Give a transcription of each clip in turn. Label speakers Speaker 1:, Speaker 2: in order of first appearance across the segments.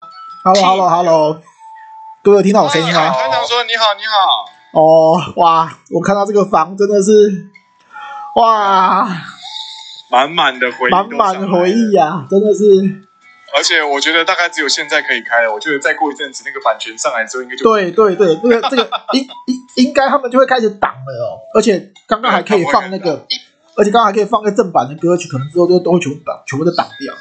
Speaker 1: Hello，Hello，Hello，各位有听到我声音吗？
Speaker 2: 哎团长说：“你好，你好。
Speaker 1: 哦，哇，我看到这个房真的是，哇，”
Speaker 2: 满满的回忆，
Speaker 1: 满满回忆。啊，真的是，
Speaker 2: 而且我觉得大概只有现在可以开了。我觉得再过一阵子，那个版权上来之后，应该就
Speaker 1: 对对对，这个这个应应应该他们就会开始挡了哦，而且刚刚还可以放那个，而且刚刚还可以放个正版的歌曲，可能之后就都会全部挡，全部都挡掉。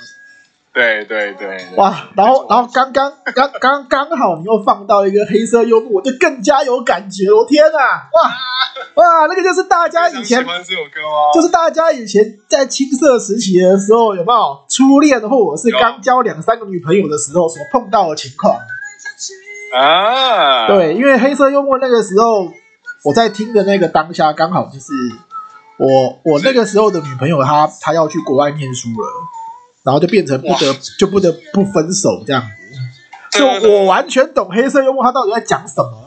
Speaker 2: 对对对对
Speaker 1: 哇，然后然后刚刚刚刚刚好你又放到一个黑色幽默，我就更加有感觉。我天啊，哇哇，那个就是大家以
Speaker 2: 非常
Speaker 1: 前
Speaker 2: 喜欢这首歌哦吗？
Speaker 1: 就是大家以前在青涩时期的时候，有没有初恋或者是刚交两三个女朋友的时候所碰到的情况？
Speaker 2: 啊，
Speaker 1: 对，因为黑色幽默那个时候我在听的那个当下，刚好就是我我那个时候的女朋友她她要去国外念书了，然后就变成不得就不得不分手这样子，
Speaker 2: 对
Speaker 1: 就
Speaker 2: 对对
Speaker 1: 我完全懂黑色幽默他到底在讲什么。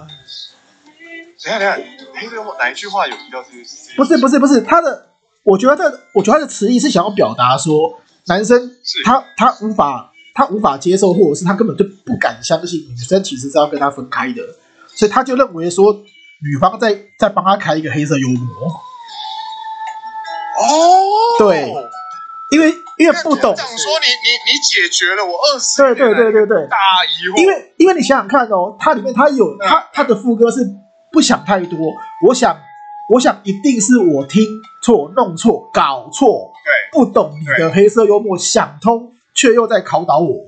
Speaker 2: 等一下等一下，黑色幽默哪一句话有提到这件事情？
Speaker 1: 不是不是不是，他的，我觉得他的，我觉得他的词义是想要表达说，男生
Speaker 2: 是
Speaker 1: 他他无法他无法接受，或者是他根本就不敢相信女生其实是要跟他分开的，所以他就认为说女方在在帮他开一个黑色幽默，
Speaker 2: 哦，
Speaker 1: 对因为因为不懂
Speaker 2: 团，长说你你你解决了我二十
Speaker 1: 对对对对对，
Speaker 2: 大疑惑，
Speaker 1: 因为因为你想想看哦，它里面它
Speaker 2: 嗯
Speaker 1: 有它它的副歌是不想太多，我想我想一定是我听错、弄错、搞错，
Speaker 2: 对
Speaker 1: 不懂你的黑色幽默，想通却又在考倒我，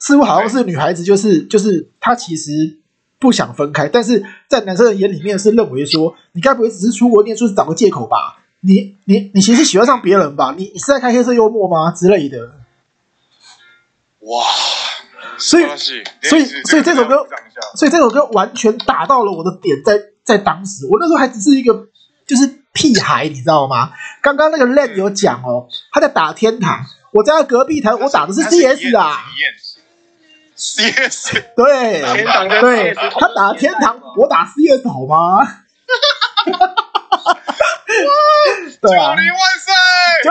Speaker 1: 似乎好像是女孩子就是就是她其实不想分开，但是在男生的眼里面是认为说你该不会只是出国念书是找个借口吧？你你你其实喜欢上别人吧？你你是在开黑色幽默吗之类的？
Speaker 2: 哇，
Speaker 1: 所以
Speaker 2: 所
Speaker 1: 所以所以这首歌所以这首歌完全打到了我的点在，在当时，我那时候还只是一个就是屁孩，你知道吗？刚刚那个 Len 有讲哦，他在打天堂，我在他隔壁台，我打的是 CS 啊，
Speaker 2: ，CS
Speaker 1: 对
Speaker 2: 天堂跟
Speaker 1: 对
Speaker 2: CS，
Speaker 1: 他打天堂，我打 CS 好吗？ 对啊
Speaker 2: 九，零万岁，
Speaker 1: 九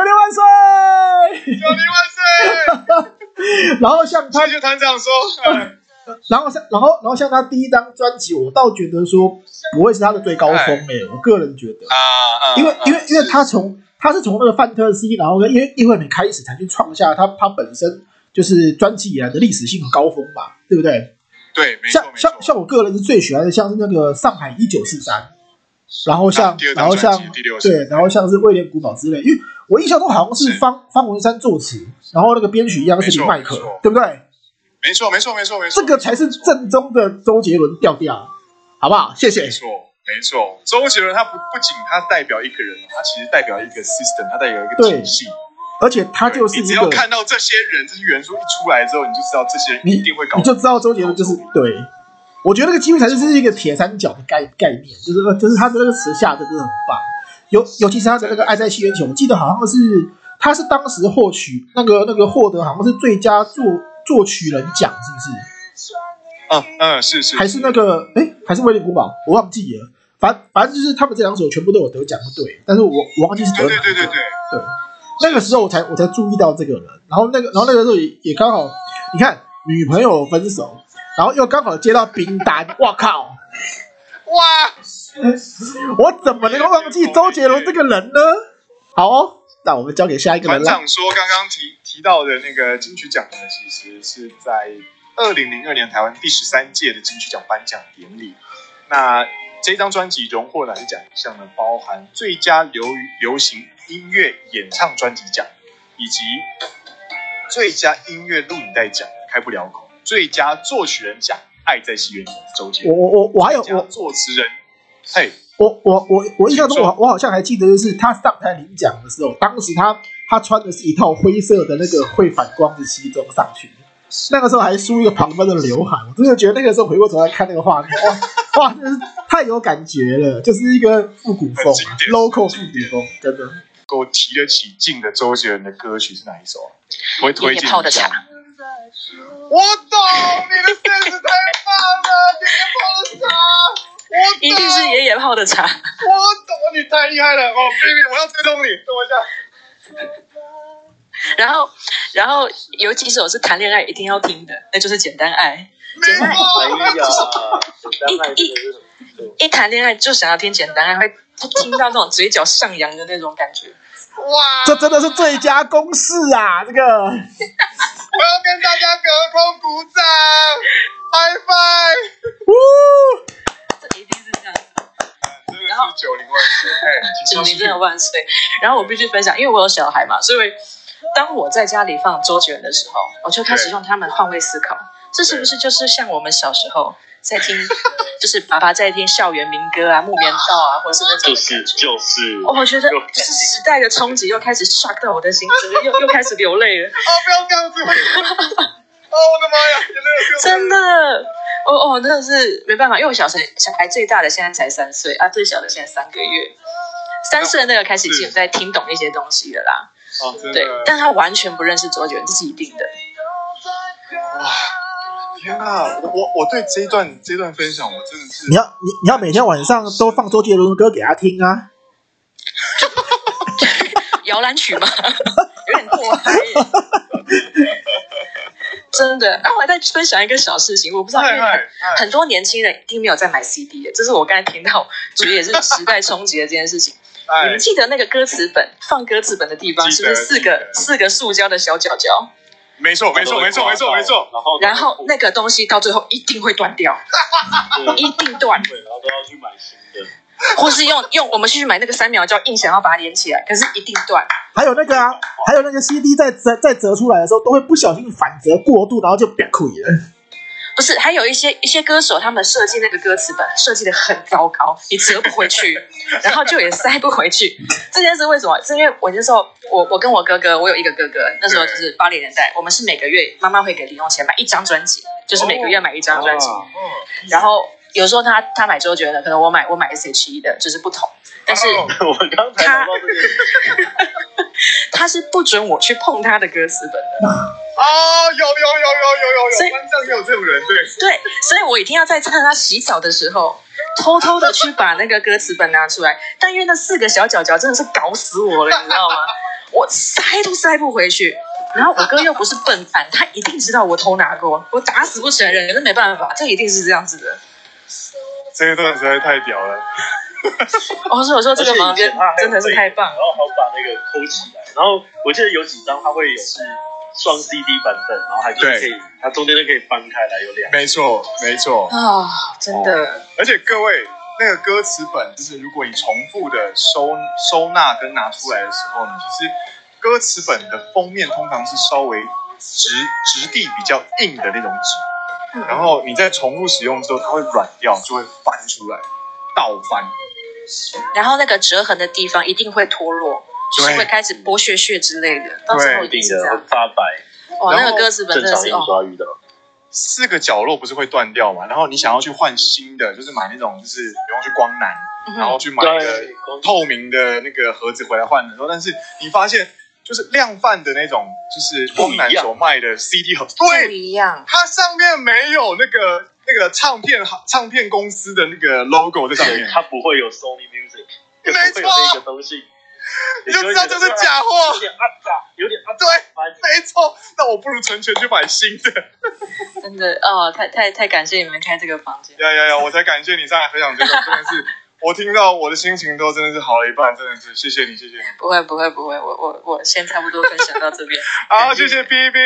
Speaker 1: 连
Speaker 2: 九零 万
Speaker 1: 万岁！然后像他
Speaker 2: 岁，谢谢团长说，嗯
Speaker 1: 然后像，然后，然后像他第一张专辑，我倒觉得说不会是他的最高峰诶、我个人觉得，
Speaker 2: 啊啊，
Speaker 1: 因为
Speaker 2: 啊
Speaker 1: 因为因为他从他是从那个范特西，然后跟因为叶惠美开始才去创下他他本身就是专辑以来的历史性高峰吧，对不对？
Speaker 2: 对，没
Speaker 1: 像
Speaker 2: 错没错
Speaker 1: 像，像我个人是最喜欢的，像是那个上海一九四三，然后像、
Speaker 2: 啊第二
Speaker 1: 然
Speaker 2: 张
Speaker 1: 后
Speaker 2: 专
Speaker 1: 像
Speaker 2: 辑第六首
Speaker 1: 对，然后像是威廉古堡之类，因为我印象中好像是
Speaker 2: 是
Speaker 1: 方方文山作词，然后那个编曲一样是
Speaker 2: 没
Speaker 1: 李
Speaker 2: 错
Speaker 1: 麦克
Speaker 2: 没错，
Speaker 1: 对不对？
Speaker 2: 没错没错没错没错，
Speaker 1: 这个才是正宗的周杰伦调调，好不好？谢谢
Speaker 2: 没。错。没错，周杰伦他不不仅他代表一个人，他其实代表一个 system，他代表一个
Speaker 1: 对
Speaker 2: 体系。
Speaker 1: 而且他就是
Speaker 2: 你只
Speaker 1: 一
Speaker 2: 要
Speaker 1: 个，
Speaker 2: 看到这些人这些元素一出来之后，你就知道这些人
Speaker 1: 你
Speaker 2: 一定会搞
Speaker 1: 你就知道周杰伦就是对。我觉得那个几乎才是是一个铁三角的概概念，就是呃就是他的那个词下的真的很棒，尤尤其是他的那个《爱在西元前》，我记得好像是他是当时获取那个那个获得好像是最佳作作曲人奖，是不是？
Speaker 2: 嗯嗯，是是，
Speaker 1: 还是那个哎、诶还是威廉古堡，我忘记了。反反正就是他们这两首全部都有得奖，就对了。但是我我忘记是得
Speaker 2: 对
Speaker 1: 哪一
Speaker 2: 对
Speaker 1: 个
Speaker 2: 对对对，
Speaker 1: 对，那个时候我才我才注意到这个人，然后那个然后那个时候也也刚好，你看女朋友分手，然后又刚好接到冰单，哇靠！
Speaker 2: 哇，
Speaker 1: 我怎么能够忘记周杰伦这个人呢？好哦，那我们交给下一个人
Speaker 2: 团
Speaker 1: 了。
Speaker 2: 长说刚刚提提到的那个金曲奖呢，其实是在二零零二年台湾第十三届的金曲奖颁奖典礼。那这张专辑荣获哪些奖项呢？包含最佳流流行音乐演唱专辑奖，以及最佳音乐录影带奖《开不了口》，最佳作曲人奖《爱在西元前》周杰
Speaker 1: 我
Speaker 2: 伦，
Speaker 1: 我我我还有
Speaker 2: 最佳
Speaker 1: 我
Speaker 2: 作词人，嘿，
Speaker 1: 我我我我印象中
Speaker 2: 请
Speaker 1: 我
Speaker 2: 说
Speaker 1: 我好像还记得，就是他上台领奖的时候，当时他他穿的是一套灰色的那个会反光的西装上去，那个时候还梳一个旁边的刘海，我真的觉得那个时候回过头来看那个画面，哇哇，真的是太有感觉了，就是一个复古风
Speaker 2: 很经
Speaker 1: 啊
Speaker 2: 典
Speaker 1: ，local 复
Speaker 2: 经
Speaker 1: 古
Speaker 2: 典
Speaker 1: 风，真的。
Speaker 2: 给我提得起劲的周杰伦的歌曲是哪一首啊？我会推荐一
Speaker 3: 夜
Speaker 2: 下
Speaker 3: 泡的茶。
Speaker 2: 我懂，你的 sense 太棒了，你的泡的茶。我懂，
Speaker 3: 一定是爷爷泡的茶。
Speaker 2: 我懂，你太厉害了哦，baby，我要追踪你，等我一下。
Speaker 3: 然后，然后有几首是谈恋爱一定要听的，那就是《简单爱简单爱
Speaker 4: 哎呀，简单爱这个是什么？》。
Speaker 3: 一谈恋爱就想要听《简单爱》，会听到那种嘴角上扬的那种感觉。
Speaker 2: 哇，
Speaker 1: 这真的是最佳公式啊！这个
Speaker 2: 我要跟大家隔空鼓掌，high five！
Speaker 3: 这一定是这样子。
Speaker 2: 真的是九零万岁，哎，请
Speaker 3: 祝
Speaker 2: 继
Speaker 3: 你
Speaker 2: 续
Speaker 3: 真的万岁！然后我必须分享，因为我有小孩嘛，所以当我在家里放周杰伦的时候，我就开始用他们换位思考，这是不是就是像我们小时候在听，就是爸爸在听校园民歌啊、木棉道啊，或是那种
Speaker 4: 就
Speaker 3: 感觉
Speaker 4: 是就是，
Speaker 3: 哦，我觉得
Speaker 4: 又
Speaker 3: 就是时代的冲击又开始 shock 到我的心，整个又又开始流泪了，
Speaker 2: 哦，不要这样子！哦，我的妈呀，真的
Speaker 3: 真的，哦哦，真的是没办法，因为我小孩小孩最大的现在才三岁啊，最小的现在三个月，三岁的那个开始已经有在听懂一些东西了啦。
Speaker 2: 哦，真
Speaker 3: 对
Speaker 2: 的，，
Speaker 3: 但他完全不认识周杰伦，这是一定 的。
Speaker 2: 哇，天啊，我我我对这一段这一段分享，我真的是
Speaker 1: 你要你你要每天晚上都放周杰伦的歌给他听啊！
Speaker 3: 摇篮 曲嘛，有点过
Speaker 2: 啊
Speaker 3: 嗨耶。 真的，然后我还在分享一个小事情，我不知道，因
Speaker 2: 嗨
Speaker 3: 为
Speaker 2: 嗨
Speaker 3: 很
Speaker 2: 嗨，
Speaker 3: 很多年轻人一定没有在买 CD 的，这是我刚才听到，觉得也是时代冲击的这件事情。你
Speaker 2: 哎
Speaker 3: 们，记得那个歌词本放歌词本的地方，
Speaker 2: 记
Speaker 3: 是不
Speaker 2: 得
Speaker 3: 是四
Speaker 2: 记
Speaker 3: 个
Speaker 2: 得
Speaker 3: 四个塑胶的小角角？
Speaker 2: 没错没错没错没错没错，
Speaker 4: 然后
Speaker 3: 然后那个东西到最后一定会断 掉，
Speaker 4: 对
Speaker 3: 一定断，
Speaker 4: 对，然后都要去买新的，
Speaker 3: 或是用用我们去买那个三秒胶，硬想要把它连起来，可是一定断。
Speaker 1: 还有那个啊，还有那个 CD 在折在折出来的时候，都会不小心反折过度，然后就瘪溃了。
Speaker 3: 不是，还有一些一些歌手，他们设计那个歌词本设计的很糟糕，你折不回去，然后就也塞不回去。这件事为什么？是因为我那时候，我我跟我哥哥，我有一个哥哥，那时候就是八零年代，我们是每个月妈妈会给零用钱买一张专辑，就是每个月买一张专辑。
Speaker 2: 哦
Speaker 3: 然后有时候他他买周杰伦的，可能我买我买 S.H.E 的，就是不同。但是
Speaker 2: 哦
Speaker 4: 我刚才聊到这个，
Speaker 3: 他是不准我去碰他的歌词本的，
Speaker 2: 哦，有有有有有
Speaker 3: 所
Speaker 2: 有
Speaker 3: 以
Speaker 2: 有，班上也有这种人，对，
Speaker 3: 对，所以我一定要在趁他洗澡的时候，偷偷的去把那个歌词本拿出来。但因为那四个小角角真的是搞死我了，你知道吗？我塞都塞不回去。然后我哥又不是笨蛋，他一定知道我偷拿过，我打死不承认，可是没办法，这一定是这样子的。
Speaker 2: 这一段实在太屌了，
Speaker 3: 哦，所以我说这个
Speaker 4: 而
Speaker 3: 房
Speaker 4: 且以
Speaker 3: 间
Speaker 4: 前他还有
Speaker 3: 真的是太棒
Speaker 4: 然
Speaker 3: 了。
Speaker 4: 后还有把那个抠起来，然后我记得有几张它会有是双 CD 版本，然后还就是可以，它中间都可以翻开来有两个，
Speaker 2: 没错没错，
Speaker 3: 啊、真的，
Speaker 2: 而且各位。那个歌词本就是，如果你重复的收收纳跟拿出来的时候，你其实歌词本的封面通常是稍微质质地比较硬的那种纸，然后你在重复使用之后，它会软掉，就会翻出来，倒翻。
Speaker 3: 然后那个折痕的地方一定会脱落，就是
Speaker 2: 对
Speaker 3: 会开始剥屑屑之类的，到最后一定是这样。
Speaker 4: 发白，
Speaker 3: 哦，那
Speaker 2: 然后
Speaker 3: 个歌词本
Speaker 4: 正
Speaker 3: 真的
Speaker 4: 常
Speaker 3: 是
Speaker 4: 印
Speaker 3: 哦，
Speaker 4: 刷遇到。
Speaker 2: 四个角落不是会断掉嘛？然后你想要去换新的，就是买那种，就是比方去光南，
Speaker 3: 嗯
Speaker 2: 然后去买一个
Speaker 4: 对，光
Speaker 2: 透明的那个盒子回来换的时候，但是你发现就是量贩的那种，就是光南
Speaker 4: 不一样
Speaker 2: 所卖的 CD 盒，
Speaker 3: 不
Speaker 2: 对，
Speaker 3: 一样。
Speaker 2: 它上面没有那个那个唱片行唱片公司的那个 logo 在上面，
Speaker 4: 它不会有 Sony Music，
Speaker 2: 没错
Speaker 4: 就不会有那个东西，
Speaker 2: 你就知道这是假
Speaker 4: 你
Speaker 2: 货
Speaker 4: 就会觉得，有点阿杂，有点阿
Speaker 2: 对。
Speaker 4: 杂，
Speaker 2: 没错，那我不如存钱去买新的。
Speaker 3: 真的哦，太太太感谢你们开这个房间。
Speaker 2: 呀呀呀！我才感谢你上来分享这个，真的是，我听到我的心情都真的是好了一半，真的是谢谢你，谢谢你。
Speaker 3: 不会不会不会，我我我先差不多分享到这边。
Speaker 2: 好，谢谢 B B。